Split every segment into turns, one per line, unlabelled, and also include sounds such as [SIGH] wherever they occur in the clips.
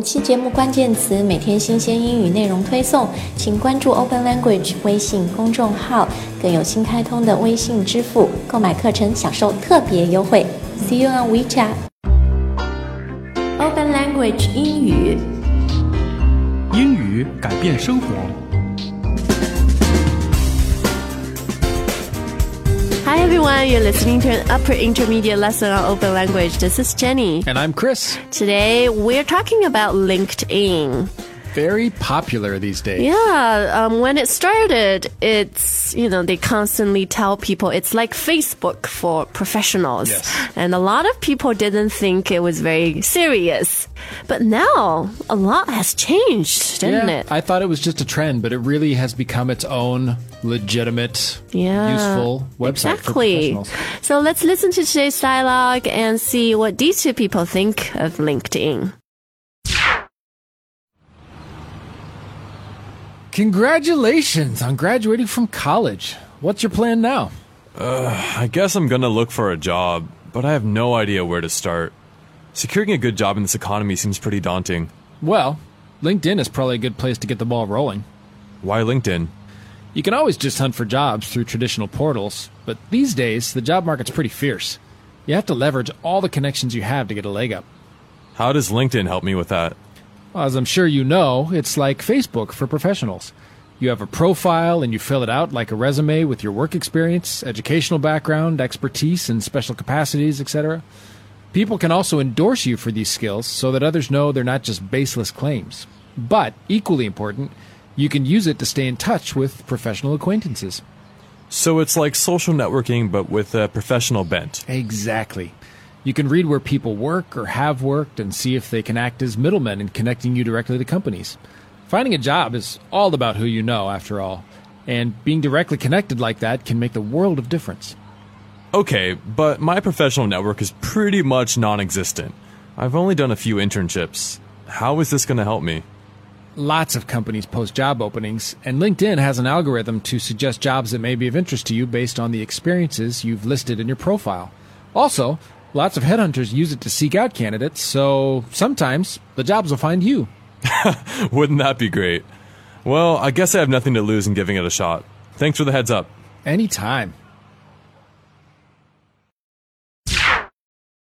本期节目关键词每天新鲜英语内容推送，请关注 Open Language 微信公众号，更有新开通的微信支付购买课程享受特别优惠。See you on WeChat。Open Language 英语
英语改变生活。
Hi everyone, you're listening to an upper intermediate lesson on open language. This is Jenny.
And I'm Chris.
Today we're talking about LinkedIn.
Very popular these days.
Yeah, um, when it started, it's, you know, they constantly tell people it's like Facebook for professionals.
Yes.
And a lot of people didn't think it was very serious. But now a lot has changed, didn't it?
I thought it was just a trend, but it really has become its own legitimate,
Yeah,
useful website for
Exactly.
professionals.
So let's listen to today's dialogue and see what these two people think of LinkedIn.
Congratulations on graduating from college. What's your plan now?
I guess I'm gonna look for a job, but I have no idea where to start. Securing a good job in this economy seems pretty daunting.
Well, LinkedIn is probably a good place to get the ball rolling.
Why LinkedIn?
You can always just hunt for jobs through traditional portals, but these days the job market's pretty fierce. You have to leverage all the connections you have to get a leg up.
How does LinkedIn help me with that?
Well, as I'm sure you know, it's like Facebook for professionals. You have a profile and you fill it out like a resume with your work experience, educational background, expertise, and special capacities, etc. People can also endorse you for these skills so that others know they're not just baseless claims. But, equally important, you can use it to stay in touch with professional acquaintances.
So it's like social networking, but with a professional bent.
Exactly. You can read where people work or have worked and see if they can act as middlemen in connecting you directly to companies. Finding a job is all about who you know, after all, and being directly connected like that can make the world of difference.
Okay, but my professional network is pretty much non existent. I've only done a few internships. How is this gonna help me? [LAUGHS]
Lots of companies post job openings, and LinkedIn has an algorithm to suggest jobs that may be of interest to you based on the experiences you've listed in your profile. Also, lots of headhunters use it to seek out candidates, so sometimes the jobs will find you.
Wouldn't that be great? Well, I guess I have nothing to lose in giving it a shot. Thanks for the heads up.
Anytime.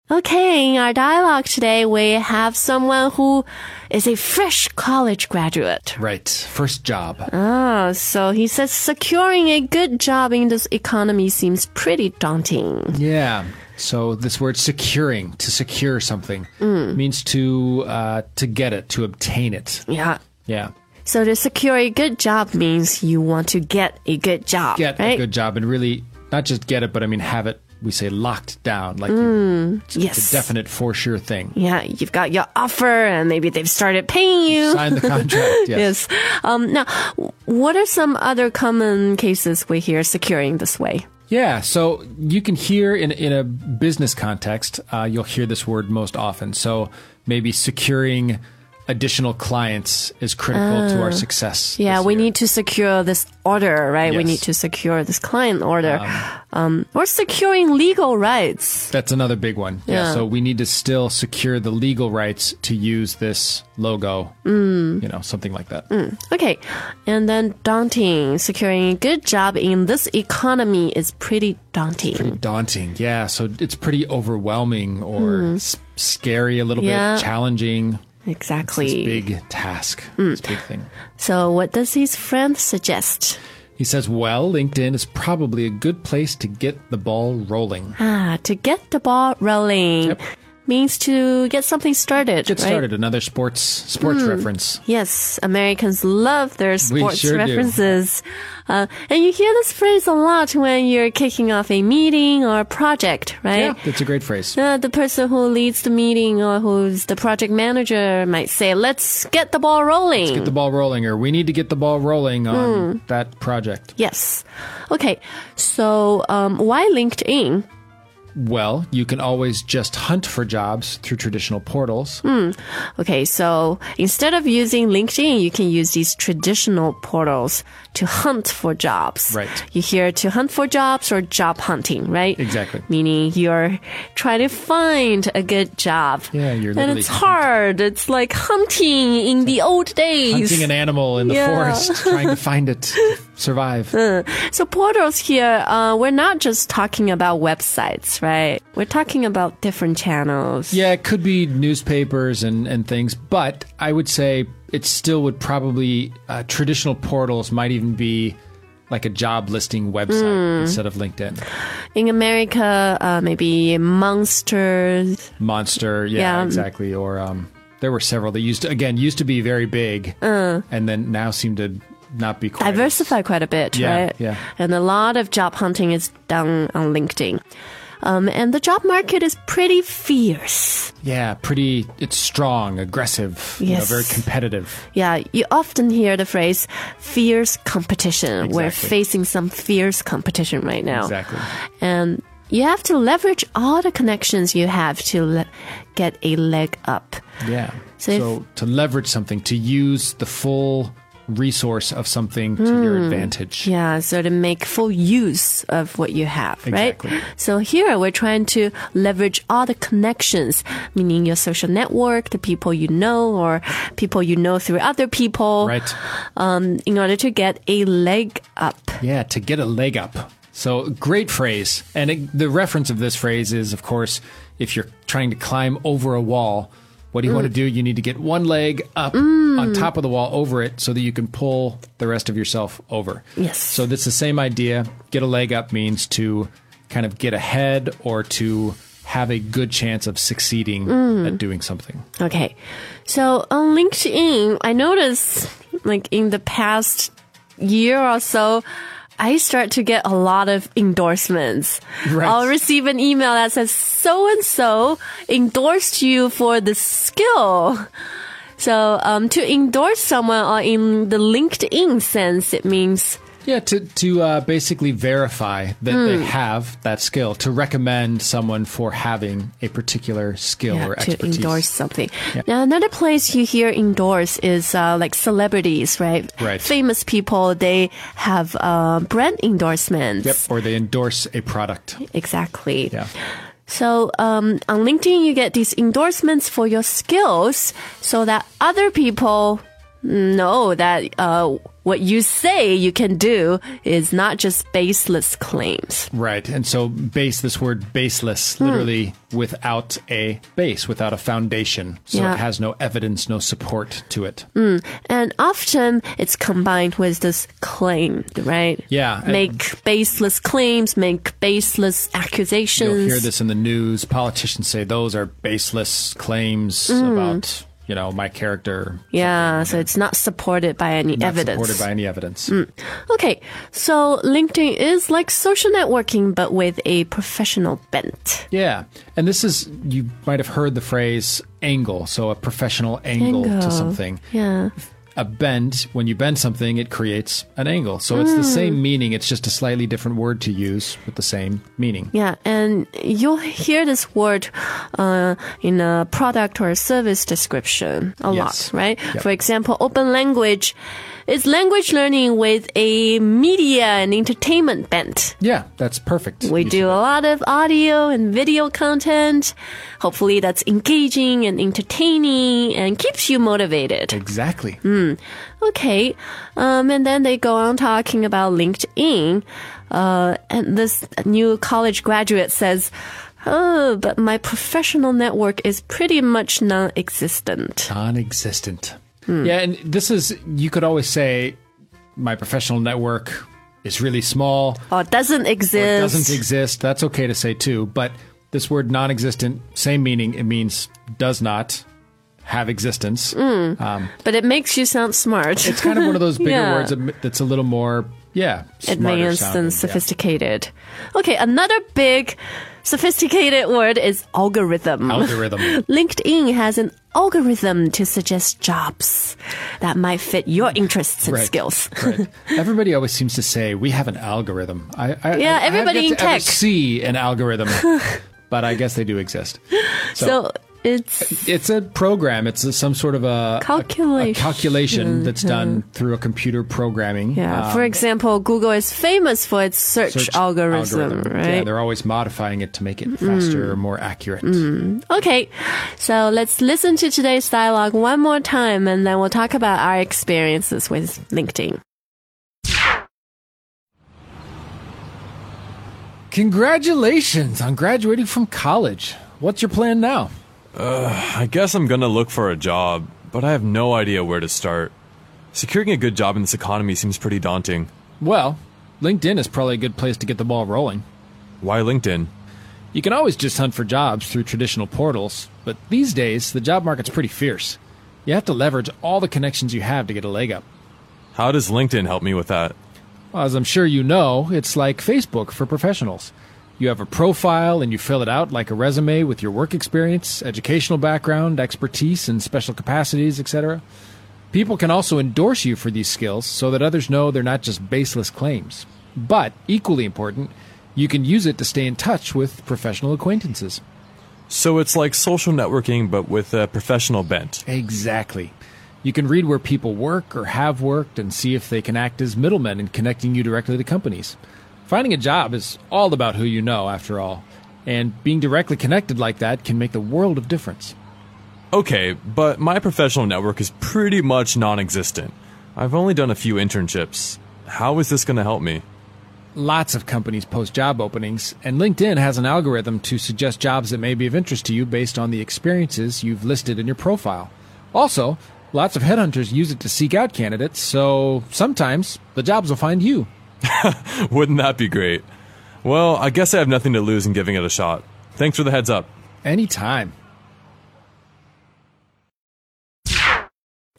Okay, in our dialogue today, we have someone who is a fresh college graduate.
Right. First job.
Ah, so he says securing a good job in this economy seems pretty daunting.
Yeah. So this word securing to secure something
Mm.
means to uh, to get it to obtain it.
Yeah.
Yeah,
So to secure a good job means you want to get a good job,
get
right?
a good job and really not just get it, but I mean have it. We say locked down, like
Mm. yes.
a definite for sure thing.
Yeah, you've got your offer and maybe they've started paying you.
Sign
[LAUGHS]
the contract. Yes.
Yes. Um, now, w- what are some other common cases we hear securing this way?
Yeah, so you can hear in in a business context, uh, you'll hear this word most often. So maybe securing additional clients is critical to our success.
Ah. Yeah,
this
we
year.
need to secure this order, right? We
Yes.
need to secure this client order. Um, or securing legal rights.
That's another big one. Yeah.
Yeah.
So we need to still secure the legal rights to use this logo.
Mm.
You know, something like that.
Okay. And then daunting. Securing a good job in this economy is pretty daunting.
Daunting. Yeah. So it's pretty overwhelming or s- scary a little
Hmm. Yeah.
bit, challenging. It's
exactly.
a big task.
Mm.
It's a big thing.
So, what does his friend suggest?
He says, well, LinkedIn is probably a good place to get the ball rolling.
Ah, to get the ball rolling
Yep.
means to get something started.
Get
right? Hmm.
started. Another sports sports reference.
Yes, Americans love their sports
sure do.
references. Uh, and you hear this phrase a lot when you're kicking off a meeting or a project, right?
Yeah, that's a great phrase.
Uh, the person who leads the meeting or who's the project manager might say, let's get the ball rolling.
Get the ball rolling, or we need to get the ball rolling
Hmm.
on that project.
yes. Okay. So, um, why LinkedIn?
Well, you can always just hunt for jobs through traditional portals.
Hmm, Okay, so instead of using LinkedIn, you can use these traditional portals to hunt for jobs.
Right.
You hear to hunt for jobs or job hunting, right?
Exactly.
Meaning you're trying to find a good job.
Yeah, you're
And
literally
it's hard. It's like hunting in the old days.
Hunting an animal in the
Yeah. [LAUGHS]
forest, trying to find it, to survive.
So portals here, uh, we're not just talking about websites, right? We're talking about different channels.
Yeah, it could be newspapers and, and things, but I would say it still would probably, uh, traditional portals might even be like a job listing website
Hmm.
instead of LinkedIn.
In America, uh, maybe monsters.
Monster, yeah,
Yeah.
exactly. Or um, there were several that used to, again, used to be very big and then now seem to not be quite. as-
Uh. diversify quite a bit,
Yeah,
right?
yeah.
And a lot of job hunting is done on LinkedIn. Um, and the job market is pretty fierce.
Yeah, pretty, it's strong, aggressive, you know,
Yes.
very competitive.
Yeah, you often hear the phrase fierce competition. We're
Exactly.
facing some fierce competition right now.
Exactly.
And you have to leverage all the connections you have to le- get a leg up.
Yeah.
So
So,
if-
to leverage something, to use the full resource of something to your advantage.
Hmm. Yeah, so to make full use of what you have,
Exactly.
right? So here we're trying to leverage all the connections, meaning your social network, the people you know, or people you know through other people,
Right.
Um, in order to get a leg up.
Yeah, to get a leg up. So great phrase. And it, the reference of this phrase is, of course, if you're trying to climb over a wall, what do you want to do? You need to get one leg up on top of the wall over it so that you can pull the rest of yourself over.
Yes.
So that's the same idea. Get a leg up means to kind of get ahead or to have a good chance of succeeding at doing something.
Okay, so on LinkedIn, I noticed like in the past year or so. I start to get a lot of endorsements.
Right.
I'll receive an email that says so and so endorsed you for the skill. So, um, to endorse someone or in the LinkedIn sense, it means
Yeah, to to uh, basically verify that
Hmm.
they have that skill, to recommend someone for having a particular skill
Yeah,
or
to
expertise.
endorse something. Now, another place you hear endorse is uh, like celebrities, right?
Right.
Famous people, they have uh, brand endorsements.
Yep, or they endorse a product.
Exactly.
Yeah,
So um, on LinkedIn, you get these endorsements for your skills so that other people know that uh, what you say you can do is not just baseless claims.
right. And so base this word baseless,
Hmm.
literally without a base, without a foundation. So
Yeah. Hmm.
it has no evidence, no support to it.
And often it's combined with this claim, right?
Yeah, and-
Make baseless claims, make baseless accusations.
You'll hear this in the news. Politicians say those are baseless claims
Hmm.
about you know my character.
Yeah, so it's not supported by any
Not
evidence. Hmm.
supported by any evidence.
okay, so LinkedIn is like social networking, but with a professional bent.
Yeah. And this is, you might have heard the phrase angle. So a professional angle, to something.
Yeah.
A bend, when you bend something, it creates an angle. So it's
Hmm.
the same meaning. It's just a slightly different word to use with the same meaning.
Yeah, and you'll hear this word uh, in a product or a service description a
Yes.
lot, right?
Yep.
For example, open language is language learning with a media and entertainment bent.
Yeah, that's perfect.
We
You
do a lot of audio and video content. Hopefully, that's engaging and entertaining and keeps you motivated.
should- Exactly.
Hmm. Okay. Um, and then they go on talking about LinkedIn. Uh, and this new college graduate says, Oh, but my professional network is pretty much non
[LAUGHS]
existent.
Non existent.
Hmm.
Yeah. And this is, you could always say, my professional network is really small.
Or doesn't exist.
It doesn't exist. That's okay to say too. But this word non-existent, same meaning. It means does not have existence.
Mm.
Um,
but it makes you sound smart.
it's kind of one of
[LAUGHS]
those bigger
Yeah.
words that- that's a little more yeah smarter
advanced
sounding,
and
yeah.
sophisticated. Okay, another big sophisticated word is algorithm.
Algorithm.
LinkedIn has an algorithm to suggest jobs that might fit your interests [LAUGHS] and
Right.
skills. [LAUGHS]
Right. Everybody always seems to say we have an algorithm. I, I
Yeah,
I- I
everybody
have
in
yet to ever
tech.
see
[LAUGHS]
an algorithm, but I guess they do exist. So,
so it's
it's a program. It's a, some sort of a a- a
Calculation.
calculation that's done through a computer programming.
Mm-hmm. yeah.
Um,
for example, Google is famous for its search,
search
algorithm,
Yeah,
right? Mm.
they're always modifying it to make it faster or more accurate.
Okay, so let's listen to today's dialogue one more time and then we'll talk about our experiences with LinkedIn.
Congratulations on graduating from college. What's your plan now?
I guess I'm gonna look for a job, but I have no idea where to start. Securing a good job in this economy seems pretty daunting.
Well, LinkedIn is probably a good place to get the ball rolling.
Why LinkedIn?
You can always just hunt for jobs through traditional portals, but these days the job market's pretty fierce. You have to leverage all the connections you have to get a leg up.
How does LinkedIn help me with that?
Well, as I'm sure you know, it's like Facebook for professionals. You have a profile and you fill it out like a resume with your work experience, educational background, expertise, and special capacities, etc. People can also endorse you for these skills so that others know they're not just baseless claims. But, equally important, you can use it to stay in touch with professional acquaintances.
So it's like social networking, but with a professional bent.
Exactly. You can read where people work or have worked and see if they can act as middlemen in connecting you directly to companies. Finding a job is all about who you know, after all, and being directly connected like that can make the world of difference.
Okay, but my professional network is pretty much non existent. I've only done a few internships. How is this gonna help me? [LAUGHS]
Lots of companies post job openings, and LinkedIn has an algorithm to suggest jobs that may be of interest to you based on the experiences you've listed in your profile. Also, lots of headhunters use it to seek out candidates, so sometimes the jobs will find you.
Wouldn't that be great? Well, I guess I have nothing to lose in giving it a shot. Thanks for the heads up.
Anytime.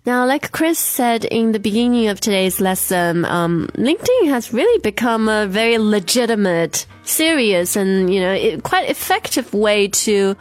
Now, like Chris said in the beginning of today's lesson, um, LinkedIn has really become a very legitimate, serious, and you know it, quite effective way to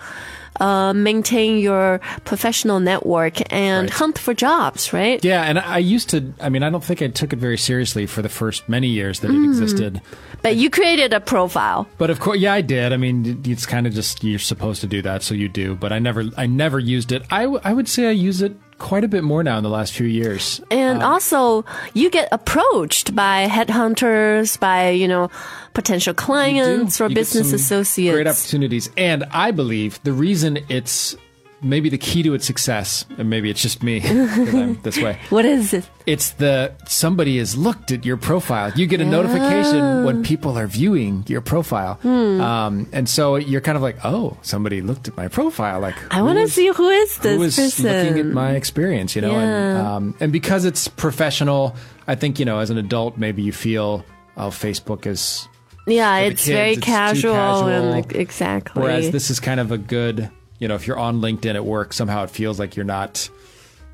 uh, maintain your professional network and
Right.
hunt for jobs, right?
Yeah, and I I used to. I mean, I don't think I took it very seriously for the first many years that it
Hmm.
existed.
But you created a profile.
But of course, yeah, I did. I mean, it- it's kind of just you're supposed to do that, so you do. But I never, I never used it. I, w- I would say I use it quite a bit more now in the last few years.
And also, you get approached by headhunters, by you know, potential
You do.
clients or
You get
um, business
some
associates.
Great opportunities. And I believe the reason it's maybe the key to its success, and maybe it's just me [LAUGHS] 'cause I'm this way.
What is it?
It's the somebody has looked at your profile. You get a notification
Oh.
when people are viewing your profile,
Hmm.
um, and so you're kind of like, oh, somebody looked at my profile. Like,
I
who
want to
is-
see who is this
who is
person.
looking at my experience, you know, and
Yeah.
um, and because it's professional, I think you know, as an adult, maybe you feel, oh, Facebook is.
Yeah,
the
it's
kids,
very
it's too
casual, and
casual.
like exactly.
Whereas this is kind of a good, you know, if you're on LinkedIn at work, somehow it feels like you're not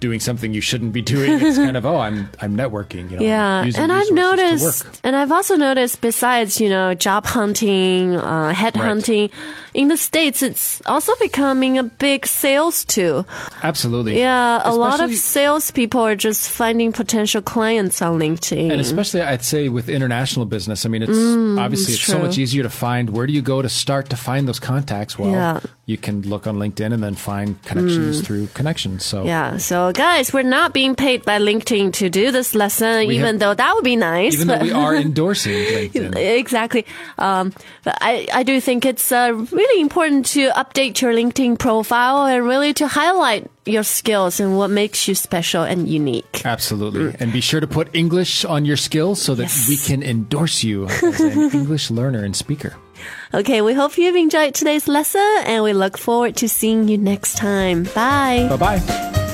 doing something you shouldn't be [LAUGHS] doing. It's kind of, oh, I'm I'm networking, you know,
yeah,
using
and I've
resources to work.
noticed, and I've also noticed. Besides, you know, job hunting, uh, head hunting, in the states, it's also becoming a big sales tool.
Absolutely.
Yeah, a lot of
Especially-
salespeople are just finding potential clients on LinkedIn.
And especially, I'd say with international business, I mean, it's obviously
it's
it's so
Mm, true.
much easier to find. Where do you go to start to find those contacts? Well,
Yeah. Mm.
you can look on LinkedIn and then find connections through connections. So
yeah, so guys, we're not being paid by LinkedIn to do this lesson,
We
even
have-
though that would be nice.
even though
[LAUGHS] but-
we are endorsing LinkedIn,
Exactly. Um, but I, I do think it's uh, really important to update your LinkedIn profile and really to highlight your skills and what makes you special and unique.
absolutely, and be sure to put English on your skills so that we can endorse you
[LAUGHS]
as an English learner and speaker.
Okay, we hope you've enjoyed today's lesson and we look forward to seeing you next time. Bye.
Bye bye.